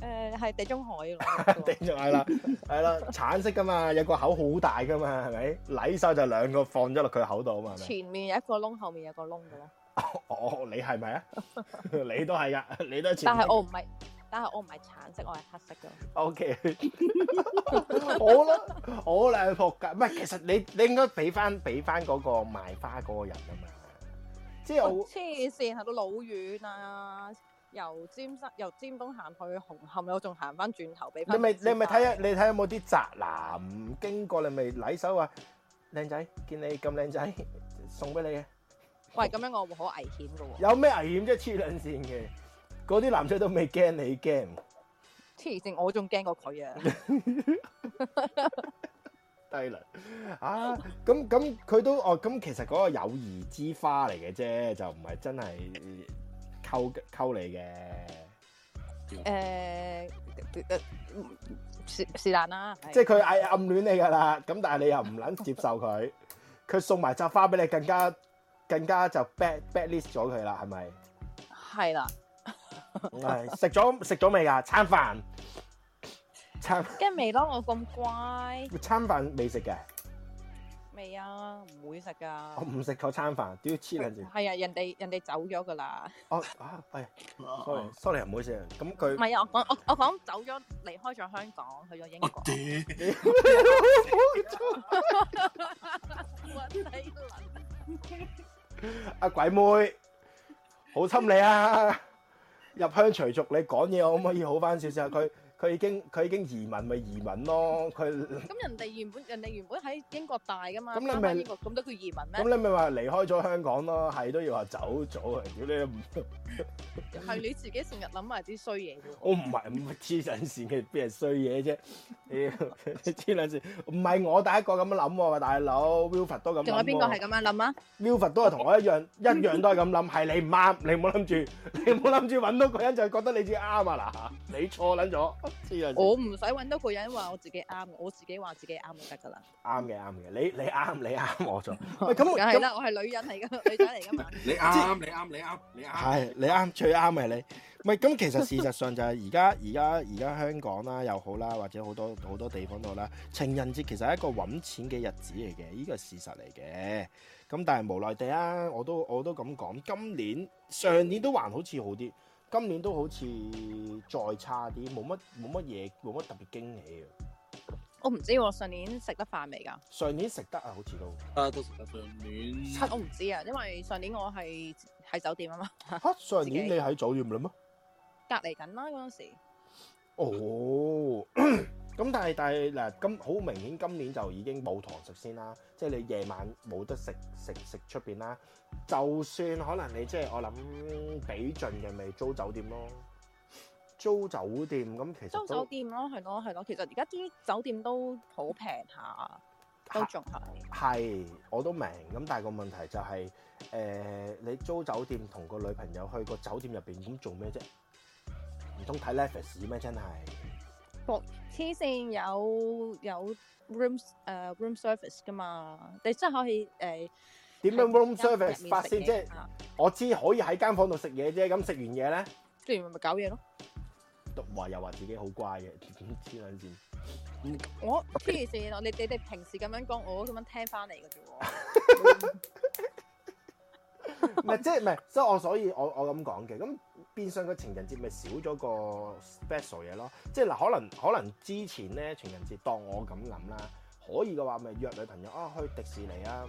Speaker 6: 誒呃係地中海
Speaker 1: <laughs>
Speaker 6: 咯。
Speaker 1: 定咗係啦，係啦，橙色噶嘛，有個口好大噶嘛，係咪？禮手就兩個放咗落佢口度啊嘛， <laughs> 係咪？
Speaker 6: 前面有一個窿，後面有個窿嘅咯。
Speaker 1: <laughs> 哦，你係咪啊？你都係噶，你都係前
Speaker 6: 但
Speaker 1: 面
Speaker 6: 係我唔係，但係我唔係橙色，我係黑色嘅。
Speaker 1: O K，好啦，好啦，仆街。唔係，其實你你應該俾翻俾翻嗰個賣花嗰個人啊嘛。即係
Speaker 6: 喂
Speaker 1: 我
Speaker 6: 黐線，行到老遠啊！由尖沙由尖東行去紅磡，我仲行翻轉頭俾
Speaker 1: 你
Speaker 6: 翻。
Speaker 1: 咪你咪睇下你睇下有冇啲宅男經過你咪禮手話靚仔，見你咁靚仔， <laughs> 送俾你嘅。
Speaker 6: 喂，咁樣我會好危險嘅喎！
Speaker 1: 有咩危險啫？黐兩線嘅，嗰啲男仔都未驚你驚。
Speaker 6: 黐線，我仲驚過
Speaker 1: <laughs>
Speaker 6: 佢啊！
Speaker 1: 低能啊！咁咁佢都哦，咁其實嗰個友誼之花嚟嘅啫，就唔係真係溝溝你嘅。
Speaker 6: 誒，呃嗯是是但啦，
Speaker 1: 即係佢係暗戀你㗎啦，咁但係你又唔撚接受佢，佢送埋扎花俾你，更加更加就 bad bad list 咗佢啦，係咪？
Speaker 6: 係啦。
Speaker 1: <laughs> 係食咗食咗未㗎？餐飯餐
Speaker 6: 跟住未咯，我咁乖，
Speaker 1: 餐飯未食嘅，
Speaker 6: 未啊，唔會食
Speaker 1: 我
Speaker 6: 噶。
Speaker 1: 唔食嗰餐飯，屌黐撚線！ <laughs>
Speaker 6: 係啊，人哋人哋走咗噶啦。
Speaker 1: 哦啊，係 sorry sorry，唔好意哦思，咁
Speaker 6: 唔
Speaker 1: 佢
Speaker 6: 係啊，我講我我講走咗，離開咗香港，去咗英
Speaker 1: 啊
Speaker 6: 國。我低能，
Speaker 1: 阿鬼妹，好侵你啊！ <laughs> 入鄉隨俗，你講嘢可唔可以好翻少少啊？佢佢已經佢已經移民咪移民咯，佢
Speaker 6: <laughs> 咁人哋原本人哋原本喺英國大噶嘛，
Speaker 1: 咁你咪
Speaker 6: 翻返英國咁都叫移民咩？
Speaker 1: 咁你咪話離開咗香港咯，係都要話走咗啊！屌你唔，
Speaker 6: 係你自己成日諗埋啲衰嘢啫喎。
Speaker 1: 我唔係唔係黐撚線嘅，邊係衰嘢啫？ <laughs> 屌黐撚線，唔係我第一個咁樣諗喎，大佬 Wilfred 都咁諗喎。
Speaker 6: 仲有邊個係咁樣諗啊？
Speaker 1: Wilfred 都係同我一樣，一樣都係咁諗，係你唔啱，你唔好諗住， <laughs> 你唔好諗住揾到個人就覺得你自己啱啊嗱，你錯撚咗，黐撚線。
Speaker 6: 我唔使揾到個人話我自己啱，我自己話自己啱就得噶啦。
Speaker 1: 啱嘅，啱嘅，你你啱，你啱，我
Speaker 6: <laughs>
Speaker 1: 錯。喂，咁
Speaker 6: 梗係
Speaker 1: 咁
Speaker 6: 啦，我係女人嚟 <laughs> 噶，女仔嚟噶嘛。
Speaker 5: 你啱，你啱，你啱，你啱。
Speaker 1: 係你啱，最啱係你。唔係咁，其實事實上就係而家而家而家香港啦又好啦，或者好多好多地方都好啦，情人節其實係一個揾錢嘅日子嚟嘅，呢個係事實嚟嘅。咁但係無奈地啊，我都我都咁講，今年上年都還好似好啲，今年都好似再差啲，冇乜冇乜嘢，冇乜特別驚喜啊。
Speaker 6: 我唔知喎，上年食得飯未㗎？
Speaker 1: 上年食得啊，好似都
Speaker 5: 啊，到時就上年
Speaker 6: 我唔知啊，因為上年我係喺酒店啊嘛，
Speaker 1: 嚇、上年你喺酒店啦咩？
Speaker 6: 隔離緊啦嗰陣時。
Speaker 1: <clears throat> 哦，咁但係但係嗱，今好明顯今年就已經冇堂食先啦，即係你夜晚冇得食食食出邊啦。就算可能你即係我諗俾盡嘅，咪租酒店咯。租酒店咁其
Speaker 6: 租
Speaker 1: 實
Speaker 6: 酒
Speaker 1: 都
Speaker 6: 店咯，係咯係咯，其實而家啲酒店都好平下，都仲係。
Speaker 1: 係我都明，咁但係個問題就係、誒、你租酒店同個女朋友去個酒店入邊咁做咩啫？唔通睇 Netflix 咩？真係
Speaker 6: 黐線有有 room 誒、room service 㗎嘛，你真係可以誒。呃
Speaker 1: 點樣 room
Speaker 6: 喺入面食
Speaker 1: service 法先？
Speaker 6: 嘢
Speaker 1: 即係
Speaker 6: 啊
Speaker 1: 我知可以喺間房度食嘢啫，咁食完嘢咧。
Speaker 6: 跟住咪搞嘢咯。
Speaker 1: 都話又話自己好乖嘅， <laughs> 黐撚線。
Speaker 6: 我黐線啊！你你哋平時咁樣講，我咁樣聽翻嚟嘅啫喎。 <laughs>
Speaker 1: 唔係即係唔係，所以我所以我我咁講嘅。咁變相個情人節咪少咗個 special 嘢咯。即係嗱，可能可能之前咧情人節當我咁諗啦，可以嘅話咪約女朋友啊去迪士尼啊，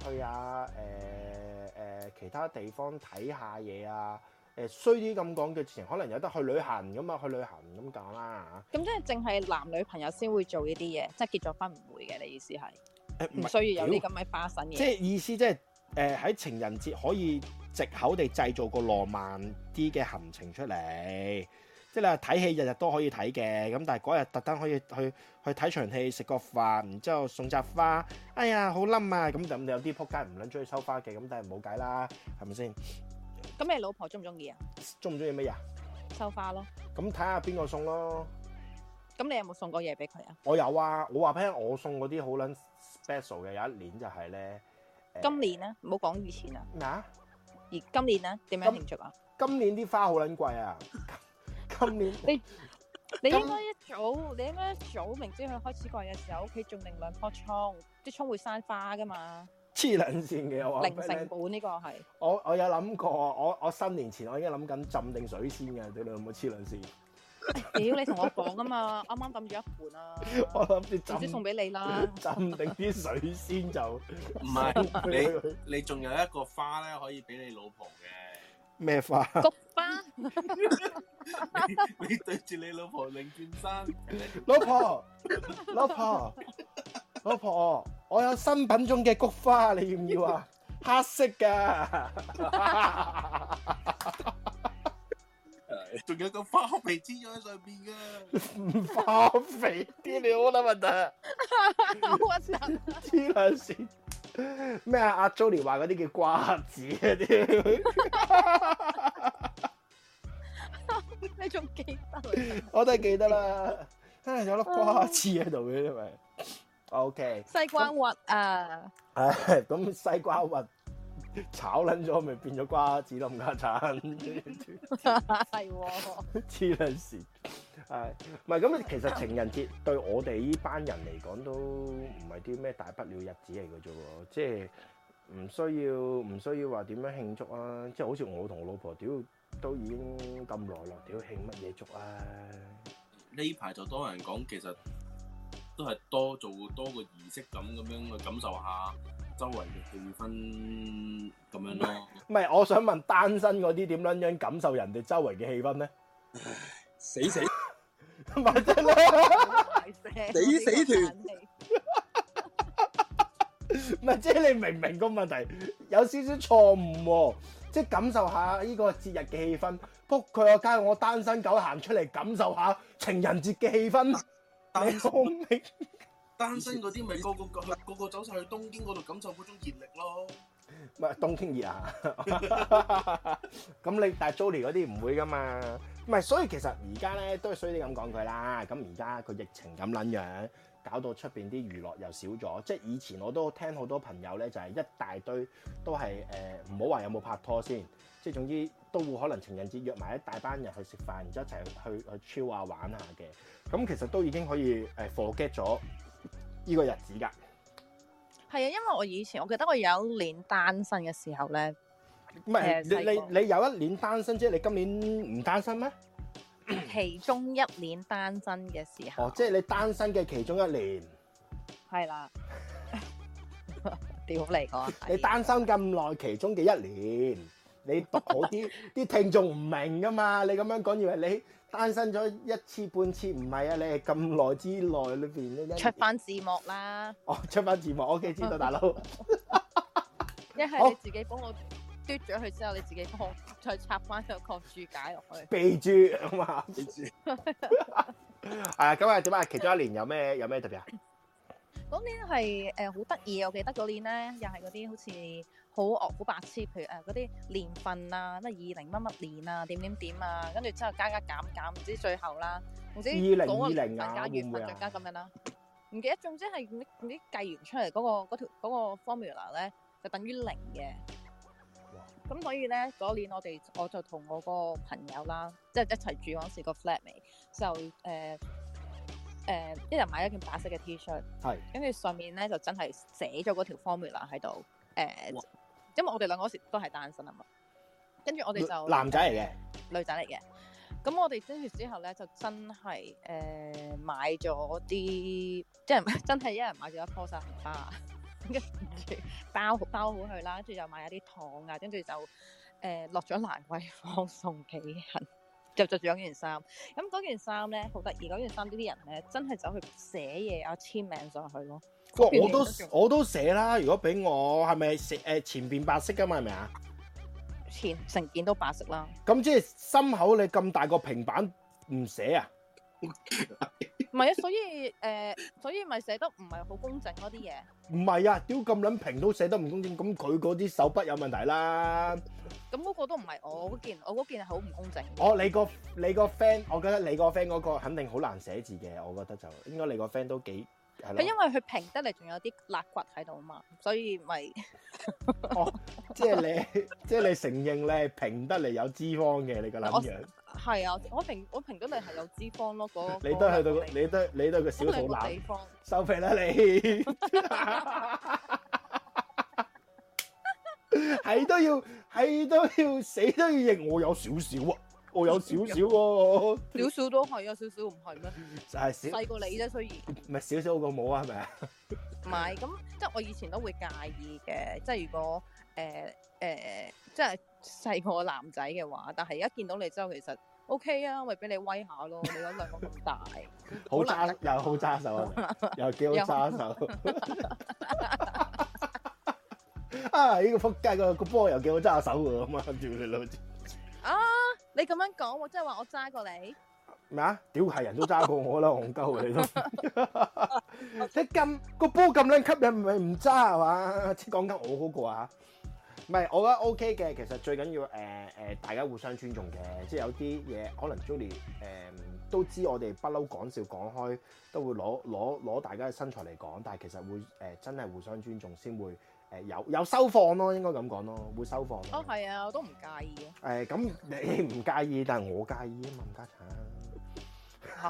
Speaker 1: 誒、去下誒誒其他地方睇下嘢啊。誒衰啲咁講嘅之前，可能有得去旅行咁啊，去旅行咁講啦啊
Speaker 6: 咁即係淨係男女朋友先會做呢啲嘢，即係結咗婚唔會嘅。你意思係
Speaker 1: 誒
Speaker 6: 唔需要有啲咁嘅花神
Speaker 1: 即
Speaker 6: 嘢？
Speaker 1: 係意思即係誒喺情人節可以藉口地製造個浪漫啲嘅行程出嚟。即係你話睇戲日日都可以睇嘅，咁但係嗰日特登可以去去睇場戲，食個飯，然之後送扎花。哎呀，好冧啊！咁咁有啲仆街唔撚中意收花嘅，咁但係冇計啦，係咪先？
Speaker 6: 咁你老婆中唔中意啊？
Speaker 1: 中唔中意乜嘢啊？
Speaker 6: 收花咯。
Speaker 1: 咁睇下邊個送咯。
Speaker 6: 咁你有冇送過嘢俾佢啊？
Speaker 1: 我有啊，我話俾你聽，我送嗰啲好撚 special 嘅，有一年就係咧誒
Speaker 6: 今年咧，唔好講以前啊，
Speaker 1: 咩啊？
Speaker 6: 而今年咧點樣慶祝啊？
Speaker 1: 今年啲花好撚貴啊！今年。
Speaker 6: 你應該一早，你應該一早明知佢開始季嘅時候，屋企種定兩棵葱，啲葱會生花噶嘛。
Speaker 1: 黐黐撚線嘅我話
Speaker 6: 零
Speaker 1: 俾你
Speaker 6: 成
Speaker 1: 聽
Speaker 6: 本呢個係
Speaker 1: 我我有諗過，我我新年前我已經諗緊浸定水先嘅，你兩冇黐撚線， <laughs>
Speaker 6: 屌你同我講啊嘛，啱啱抌咗一盤 <laughs> 啊，
Speaker 1: 我諗住
Speaker 6: 總之
Speaker 1: 浸
Speaker 6: 送啊俾你啦。
Speaker 1: 浸定啲水先就
Speaker 5: 唔係
Speaker 1: <laughs> 你
Speaker 5: 你你仲有一個花咧可以俾你老婆 <laughs> 嘅，
Speaker 1: 咩花？
Speaker 6: 菊 <laughs> 花
Speaker 5: 你對住你老婆擰轉身，
Speaker 1: 老婆，老婆，老婆，我有新品種嘅菊花，你要唔要
Speaker 6: <laughs>
Speaker 1: 啊？黑色 <laughs> 噶，
Speaker 5: 仲有個花皮黐咗喺上邊㗎。
Speaker 1: 唔化肥啲料啦，問題。
Speaker 6: 我真
Speaker 1: 黐撚線咩啊？阿 Jolie 話嗰啲叫瓜子啊！屌，
Speaker 6: 你仲記得？
Speaker 1: 我都係記得啦。 <laughs> 唉，有粒瓜子喺度嘅，因為 OK。
Speaker 6: 西瓜核啊， <laughs>
Speaker 1: 唉，咁西瓜核炒撚咗，咪變咗瓜子咯，冚家鏟。
Speaker 6: 係喎，
Speaker 1: <laughs> 黐撚線，係唔係咁？其實情人節對我哋呢班人嚟講都唔係啲咩大不了日子嚟嘅啫喎，即係唔需要唔需要話點樣慶祝啊！即係好似我同我老婆屌都已經咁耐啦，屌慶乜嘢祝啊？
Speaker 5: 呢排就多人講，其實都係多做多個儀式感咁樣去感受下周圍嘅氣氛咁樣咯。
Speaker 1: 唔係，我想問單身嗰啲點撚樣感受人哋周圍嘅氣氛咧？
Speaker 4: 死死
Speaker 1: 咪真係，
Speaker 6: 大聲
Speaker 4: 死死團
Speaker 1: 咪即係你明唔明個問題有少少錯誤喎、即係感受下呢個節日嘅氣氛，撲佢個街！我單身狗行出嚟感受下情人節嘅氣氛。
Speaker 5: 單
Speaker 1: 你好明
Speaker 5: 單身嗰啲咪個個去個個走晒去東京嗰度感受嗰種熱力咯。
Speaker 1: 唔係冬天熱啊！ <laughs> 咁你但係 Jolie 嗰啲唔會噶嘛？唔係，所以其實而家咧都係衰啲咁講佢啦。咁而家個疫情咁撚樣，搞到出邊啲娛樂又少咗。即係以前我都聽好多朋友咧，就係、一大堆都係誒，唔好話有冇拍拖先，即係總之都會可能情人節約埋一大班人去食飯，然之後一齊去去 chill 啊玩下嘅。咁其實都已經可以誒 forget 咗呢個日子㗎。
Speaker 6: 係啊，因為我以前我記得我有一年單身嘅時候
Speaker 1: <clears throat>
Speaker 6: 咧，
Speaker 1: 唔係
Speaker 6: 誒細
Speaker 1: 你
Speaker 6: 個
Speaker 1: 你你有一年單身啫，你今年唔單身咩？
Speaker 6: 其中一年單身嘅時候，
Speaker 1: 哦，即係你單身嘅其中一年，
Speaker 6: 係啦， <laughs> 屌你個，
Speaker 1: 你單身咁耐其中嘅一年，你讀好
Speaker 6: <laughs>
Speaker 1: 啲，啲聽眾唔明噶嘛？你咁樣講以為你單身咗一次半次，唔係啊，你係咁耐之內裏邊呢一
Speaker 6: 出翻字幕啦，
Speaker 1: 哦出翻
Speaker 6: <laughs>
Speaker 1: 字幕，OK 知道大佬，
Speaker 6: 一係
Speaker 1: 好
Speaker 6: 你自己幫我嘟咗佢之後，你自己幫我再插翻個個注解落去。
Speaker 1: 備注咁嘛，備注。啊，咁啊點啊？其中一年有咩有咩特別啊？
Speaker 6: 嗰年係誒好得意，我記得嗰年咧又係嗰啲好似好惡好白痴，譬如誒嗰啲年份啊，乜二零乜乜年啊，點點點啊，跟住之後加加減減，唔知最後啦，唔知
Speaker 1: 2020
Speaker 6: 嗰個年份
Speaker 1: 啊
Speaker 6: 加月
Speaker 1: 會唔會
Speaker 6: 份
Speaker 1: 啊
Speaker 6: 再加咁樣啦，唔記得，總之係唔知唔知計完出嚟嗰、個嗰條嗰個 formula 咧就等於零嘅。咁所以咧嗰年我哋我就同我個朋友啦，即係一齊住嗰時個 flatmate 就誒誒、一人買咗件白色嘅 T-shirt，
Speaker 1: 係
Speaker 6: 跟住上面咧就真係寫咗嗰條 formula 喺度誒，
Speaker 5: 哇
Speaker 6: 因為我哋兩個嗰時都係單身啊嘛，跟住我哋就
Speaker 1: 男仔嚟嘅，
Speaker 6: 女仔嚟嘅。咁我哋跟住之後咧，就真係誒、呃、買咗啲，即係 <laughs> 真係一人買咗一棵西蘭花， <laughs> 跟住包包好佢啦，跟住就買咗啲糖啊，跟住就誒落咗蘭桂坊送俾人，就着住嗰件衫。咁嗰件衫咧好得意，嗰件衫呢啲人咧真係走去寫嘢啊、簽名上去咯。
Speaker 1: 哇
Speaker 6: 嗰段
Speaker 1: 我
Speaker 6: 嘢
Speaker 1: 都
Speaker 6: 仲
Speaker 1: 我都寫啦，如果俾我係咪寫誒前邊白色噶嘛係咪啊？
Speaker 6: 前成件都白色啦。
Speaker 1: 咁即係心口你咁大個平板唔寫啊？
Speaker 6: 唔係啊，所以誒、呃所以咪寫得唔係好工整嗰啲嘢。
Speaker 1: 唔係啊，屌咁撚平都寫得唔公正，咁佢嗰啲手筆有問題啦。
Speaker 6: 咁嗰個都唔係我嗰件，我嗰件係好唔工整嘅。
Speaker 1: 我你個你個 friend，我覺得你個 friend 嗰個肯定好難寫字嘅，我覺得就應該你個 friend 都幾係
Speaker 6: 係因
Speaker 1: 咯。
Speaker 6: 為佢平得嚟，仲有啲肋骨喺度啊嘛，所以咪
Speaker 1: 即係你 <laughs> 即係你承認你係平得嚟有脂肪嘅，你個撚樣，
Speaker 6: 係啊！我平我平得嚟係有脂肪咯，
Speaker 1: <laughs>
Speaker 6: 嗰
Speaker 1: 你都去到
Speaker 6: 嗰
Speaker 1: 個
Speaker 6: 兩個地
Speaker 1: 你都你都係個小
Speaker 6: 嗰兩
Speaker 1: 肚
Speaker 6: 個
Speaker 1: 腩
Speaker 6: 地，方。
Speaker 1: 收皮啦你。 <laughs> 係都要係都要死都要認我有少少啊，我有少少喎，
Speaker 6: 少少都係啊，少少唔係咩？
Speaker 1: 就係少
Speaker 6: 細過你啫，雖然。
Speaker 1: 唔係少少好過冇啊，係咪啊？
Speaker 6: 唔係，咁即係我以前都會介意嘅，即係如果誒誒、呃即係細個男仔嘅話，但係而家見到你之後，其實 O、k 啊，咪俾你威下咯，你嗰兩個咁大，
Speaker 1: 好揸又好揸手啊，又幾好揸手。 <laughs> 啊！呢、個仆街個個波又幾好揸手喎，咁啊！屌你老子
Speaker 6: 啊你咁樣講，我即係話我揸過你，
Speaker 1: 咩啊？屌係人都揸過我啦，戇鳩嘅你都。你咁個波咁撚吸引，咪唔揸係嘛？即係講緊我嗰個啊。唔係，我覺得 OK 嘅。其實最緊要誒誒、大家互相尊重嘅。即係有啲嘢可能 Julie 誒、都知我哋不嬲講笑講開，都會攞攞攞大家嘅身材嚟講，但係其實會誒、真係互相尊重先會誒、有有收放咯，應該咁講咯，會收放咯。
Speaker 6: 哦係啊，我都唔介意啊，
Speaker 1: 誒咁、你唔介意，但係我介意啊嘛，唔家產。，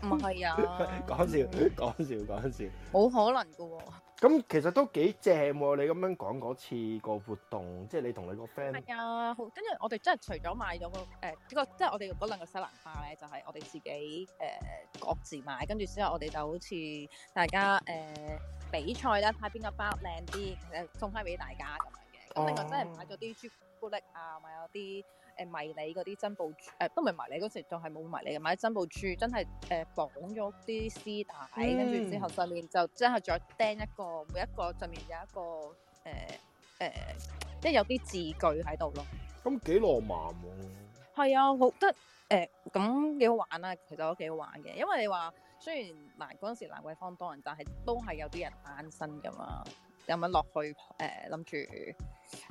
Speaker 6: 唔係啊
Speaker 1: 嗯 <laughs> 講笑，講笑，講笑。
Speaker 6: 冇可能噶喎、
Speaker 1: 咁其實都幾正喎！你咁樣講嗰次個活動，即係你同你個 friend
Speaker 6: 係啊，好，跟住我哋真係除咗買咗個誒呢、個，即係我哋嗰兩個西蘭花咧，就係、我哋自己誒、各自買，跟住之後我哋就好似大家誒、比賽啦，睇邊個包靚啲，誒送翻俾大家咁樣嘅。咁另外
Speaker 1: 哦
Speaker 6: 真係買咗啲朱古力啊，買咗啲誒迷你嗰啲珍寶珠，誒、都唔係迷你嗰時仲係冇迷你嘅，買啲珍寶珠真係誒、呃綁咗啲絲帶，跟住、之後上面就真係再釘一個，每一個上面有一個誒誒。即係有啲字句喺度咯。
Speaker 1: 咁幾浪漫喎。
Speaker 6: 係啊，好得誒，咁、幾好玩啊！其實都幾好玩嘅，因為你話雖然嗱嗰陣時蘭桂坊多人，但係都係有啲人單身噶嘛，咁樣落去誒諗住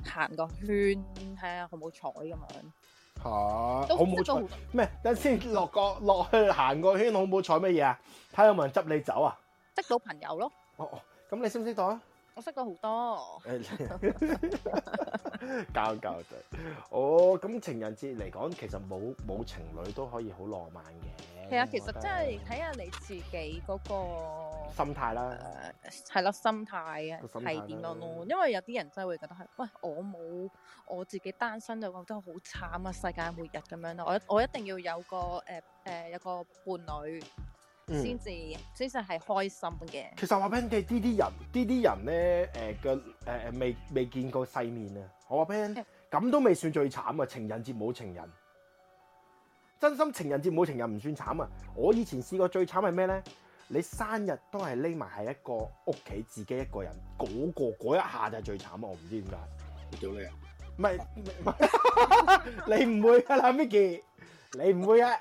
Speaker 6: 行個圈睇下好冇彩咁樣，
Speaker 1: 嚇、
Speaker 6: 都
Speaker 1: 好冇
Speaker 6: 都
Speaker 1: 彩咩？等先落個落去行個圈，好冇彩乜嘢啊？睇下有冇人執你走啊？
Speaker 6: 識到朋友咯，
Speaker 1: 哦哦，咁你識唔識到啊？
Speaker 6: 我識到好多。
Speaker 1: <laughs> 教教對，哦，咁情人節嚟講，其實冇冇情侶都可以好浪漫嘅。
Speaker 6: 係啊，其實
Speaker 1: 我覺得
Speaker 6: 真係睇下你自己嗰、個。
Speaker 1: 心態啦。
Speaker 6: 誒係啦，心態啊
Speaker 1: 個心態啦
Speaker 6: 係點樣咯？因為有啲人真係會覺得係，喂，我冇我自己單身就覺得好慘啊，世界末日咁樣啦。我一我一定要有個誒誒、呃有個伴侶
Speaker 1: 嗯
Speaker 6: 先至先至係開心嘅。
Speaker 1: 其實話俾你聽，呢啲人呢啲人咧，誒嘅誒誒未未見過世面啊！我話俾你聽，咁都未算最慘啊！情人節冇情人，真心情人節冇情人唔算慘啊！我以前試過最慘係咩咧？你生日都係匿埋喺一個屋企自己一個人，嗰、個嗰一下就係最慘啊！我唔知點解，
Speaker 5: 屌你啊！
Speaker 1: 唔係唔係 <laughs> 你唔會噶啦，Micky，你唔會嘅，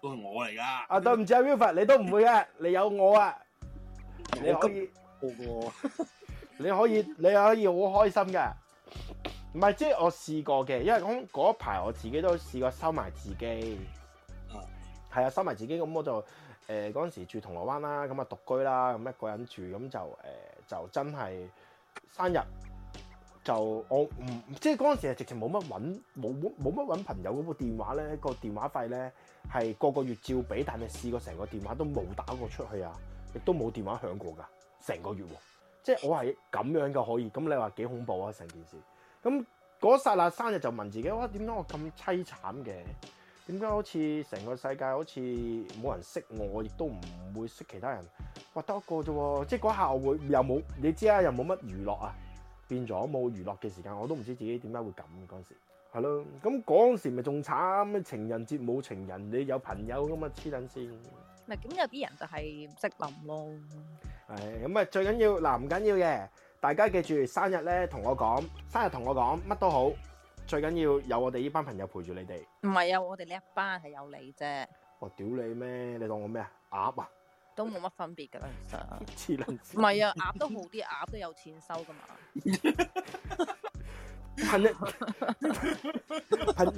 Speaker 5: 都係我嚟噶，
Speaker 1: 啊對唔住啊 w i l f r d 你都唔會嘅，你有我啊，你可以。
Speaker 5: 我個
Speaker 1: 你可以你可以好開心嘅。唔係，即係我試過嘅，因為咁嗰一排我自己都試過收埋自己
Speaker 5: 嗯。
Speaker 1: 係啊，收埋自己咁我就誒嗰陣時住銅鑼灣啦，咁啊獨居啦，咁一個人住咁就誒、呃就真係生日就我唔即係嗰陣時係直情冇乜揾冇冇冇乜揾朋友嗰部電話咧，個電話費咧係個個月照俾，但係試過成個電話都冇打過出去啊，亦都冇電話響過㗎，成個月喎。即係我係咁樣嘅可以，咁你話幾恐怖啊成件事？咁嗰剎那生日就問自己，哇點解我咁凄慘嘅？點解好似成個世界好似冇人識我，亦都唔會識其他人？哇得一個啫喎！即係嗰下我會又冇，你知啦，又冇乜娛樂啊，變咗冇娛樂嘅時間，我都唔知自己點解會咁嗰陣時。係咯，咁嗰陣時咪仲慘，情人節冇情人，你有朋友咁啊黐撚線。
Speaker 6: 嗱，咁有啲人就係唔識諗咯。
Speaker 1: 係咁啊，最緊要嗱唔緊要嘅，大家記住生日咧同我講，生日同我講乜都好，最緊要有我哋呢班朋友陪住你哋。
Speaker 6: 唔係啊，我哋呢一班係有你啫，
Speaker 1: 我屌你咩？你當我咩啊？鴨啊？
Speaker 6: 都冇乜分別㗎啦，其實。
Speaker 1: 黐撚
Speaker 6: 唔
Speaker 1: 線！
Speaker 6: 係啊，鴨都好啲，鴨都有錢收㗎嘛。
Speaker 1: 朋友朋友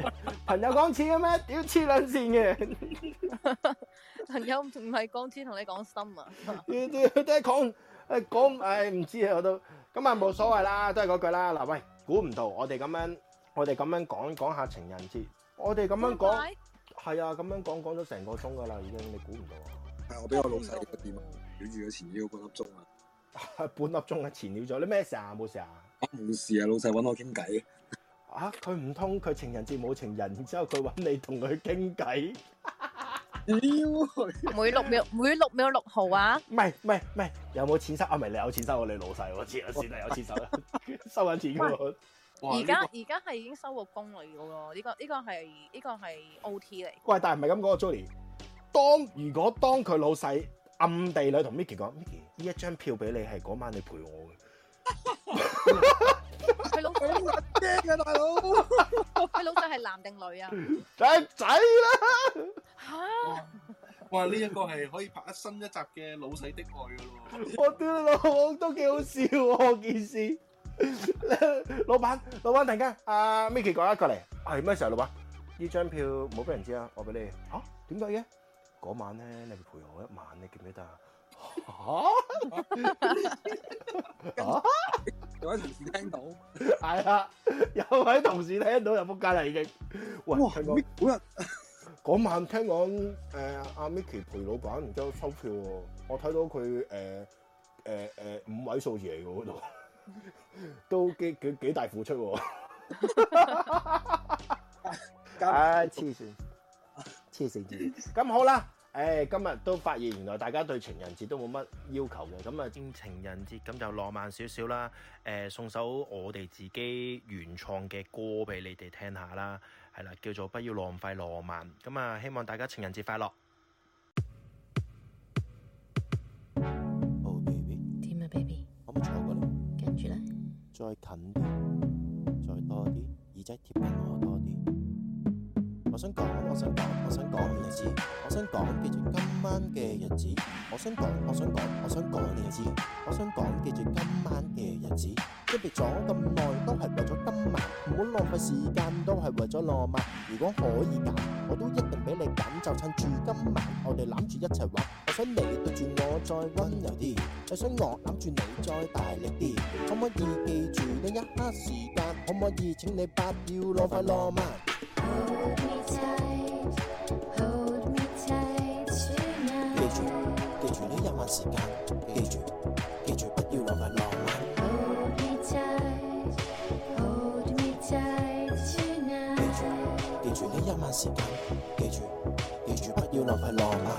Speaker 1: 朋友講錢嘅咩？屌黐撚線嘅，
Speaker 6: 朋友唔係講錢，同你講心啊。
Speaker 1: 屌屌都係講誒講誒唔知啊我都咁啊冇所謂啦，都係嗰句啦嗱喂，估唔到我哋咁樣我哋咁樣講講下情人節，我哋咁樣講
Speaker 6: 拜拜
Speaker 1: 係啊咁樣講講咗成 à?
Speaker 7: 哎
Speaker 1: 個鐘㗎啦已經，你估唔到啊！
Speaker 7: 係我俾我老細呢個電話，屌住咗前腰個粒鐘啊！
Speaker 1: 半粒鐘嘅前了咗，你咩事啊？冇事啊？
Speaker 7: 冇事啊，老細揾我傾偈。
Speaker 1: 啊！佢唔通佢情人節冇情人，然之後佢揾你同佢傾偈？
Speaker 7: 哎
Speaker 6: 每六秒每六秒六毫啊，
Speaker 1: 唔係唔係唔係，有冇錢收？啊，唔係你有錢收我，你老細我知啦， <laughs> 先啦，有錢收啦，收緊錢嘅喎。
Speaker 5: 哇
Speaker 6: 而家
Speaker 5: 呢
Speaker 6: 而家係已經收過工嚟噶咯，呢個呢個係呢個係 O T 嚟。
Speaker 1: 喂，但係唔係咁講啊，Jolie。當如果當佢老細暗地裏同 Micky 講，Micky 呢一張票俾你係嗰晚你陪我嘅。
Speaker 6: 佢老細
Speaker 7: 驚啊，大佬！
Speaker 6: 佢老細係男定女啊？
Speaker 1: 嗯仔仔啦，
Speaker 6: 吓，
Speaker 5: 個哇呢一個係可以拍一新一集嘅老細的愛噶咯喎。
Speaker 1: 我屌你老 <laughs> 母都幾好笑 <laughs> 喎件事。老闆，老闆突然間，阿 Micky 講一過嚟，係咩時候？老闆，呢張票冇俾人知啊，我俾你。嚇、點解嘅？嗰晚咧，你陪我一晚，你記唔記得啊？嚇、啊？
Speaker 7: <laughs> 有位同事聽到，
Speaker 1: 係啦，有位同事聽到就仆街啦已經。喂，
Speaker 7: 哇！
Speaker 1: 聽講
Speaker 7: 好日
Speaker 1: 嗰晚聽講誒阿 Micky 陪老闆，然之後收票喎，我睇到佢誒誒誒五位數字嚟嘅嗰度，都幾幾幾大付出喎。
Speaker 7: 加
Speaker 1: 唉，黐線，黐線黐 <laughs> 線。咁好啦，誒今日都發現原來大家對情人節都冇乜要求嘅，咁啊情人節咁就浪漫少少啦。誒送首我哋自己原創嘅歌俾你哋聽下啦，係啦，叫做不要浪費浪漫。咁啊，希望大家情人節快樂。
Speaker 8: Oh baby，
Speaker 9: 點啊，baby？
Speaker 8: 可唔可以坐過嚟？
Speaker 9: 跟住咧，
Speaker 8: 再近啲，再多啲，耳仔貼近我多啲。我想講，我想講，我想講你知，我想講，記住今晚嘅日子。我想講，我想講，我想講你知，我想講，記住今晚嘅日子。分別咗咁耐，都係為咗今晚，唔好浪費時間，都係為咗浪漫。如果可以揀，我都一定俾你揀，就趁住今晚，我哋攬住一齊玩。我想你對住我再温柔啲，又想我攬住你再大力啲。可唔可以記住呢一刻時間？可唔可以請你不要浪費浪漫？記住，記住呢一晚時間，記住，記住不要浪費浪漫。記住呢一晚時間，記住，記住不要浪費浪漫。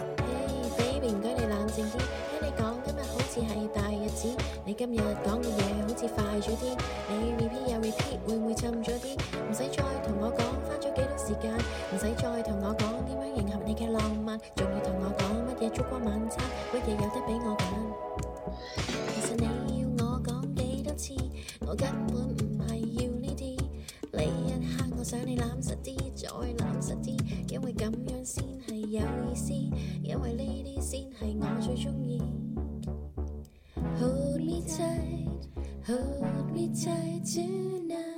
Speaker 9: Baby，唔該你冷靜啲，聽你講今日好似係大日子，你今日講嘅嘢好似快咗啲，你 repeat 又 repeat，會唔會沉咗啲？唔使再同我講花咗幾多時間，唔使再同我講點樣迎合你嘅浪漫，仲要同我講乜嘢燭光晚餐，乜嘢有得俾我揀？其實你要我講幾多次，我根本唔係要呢啲。呢一刻我想你攬實啲，再攬實啲，因為咁樣先係有意思，因為呢啲先係我最中意。Hold me tight, hold me tight tonight.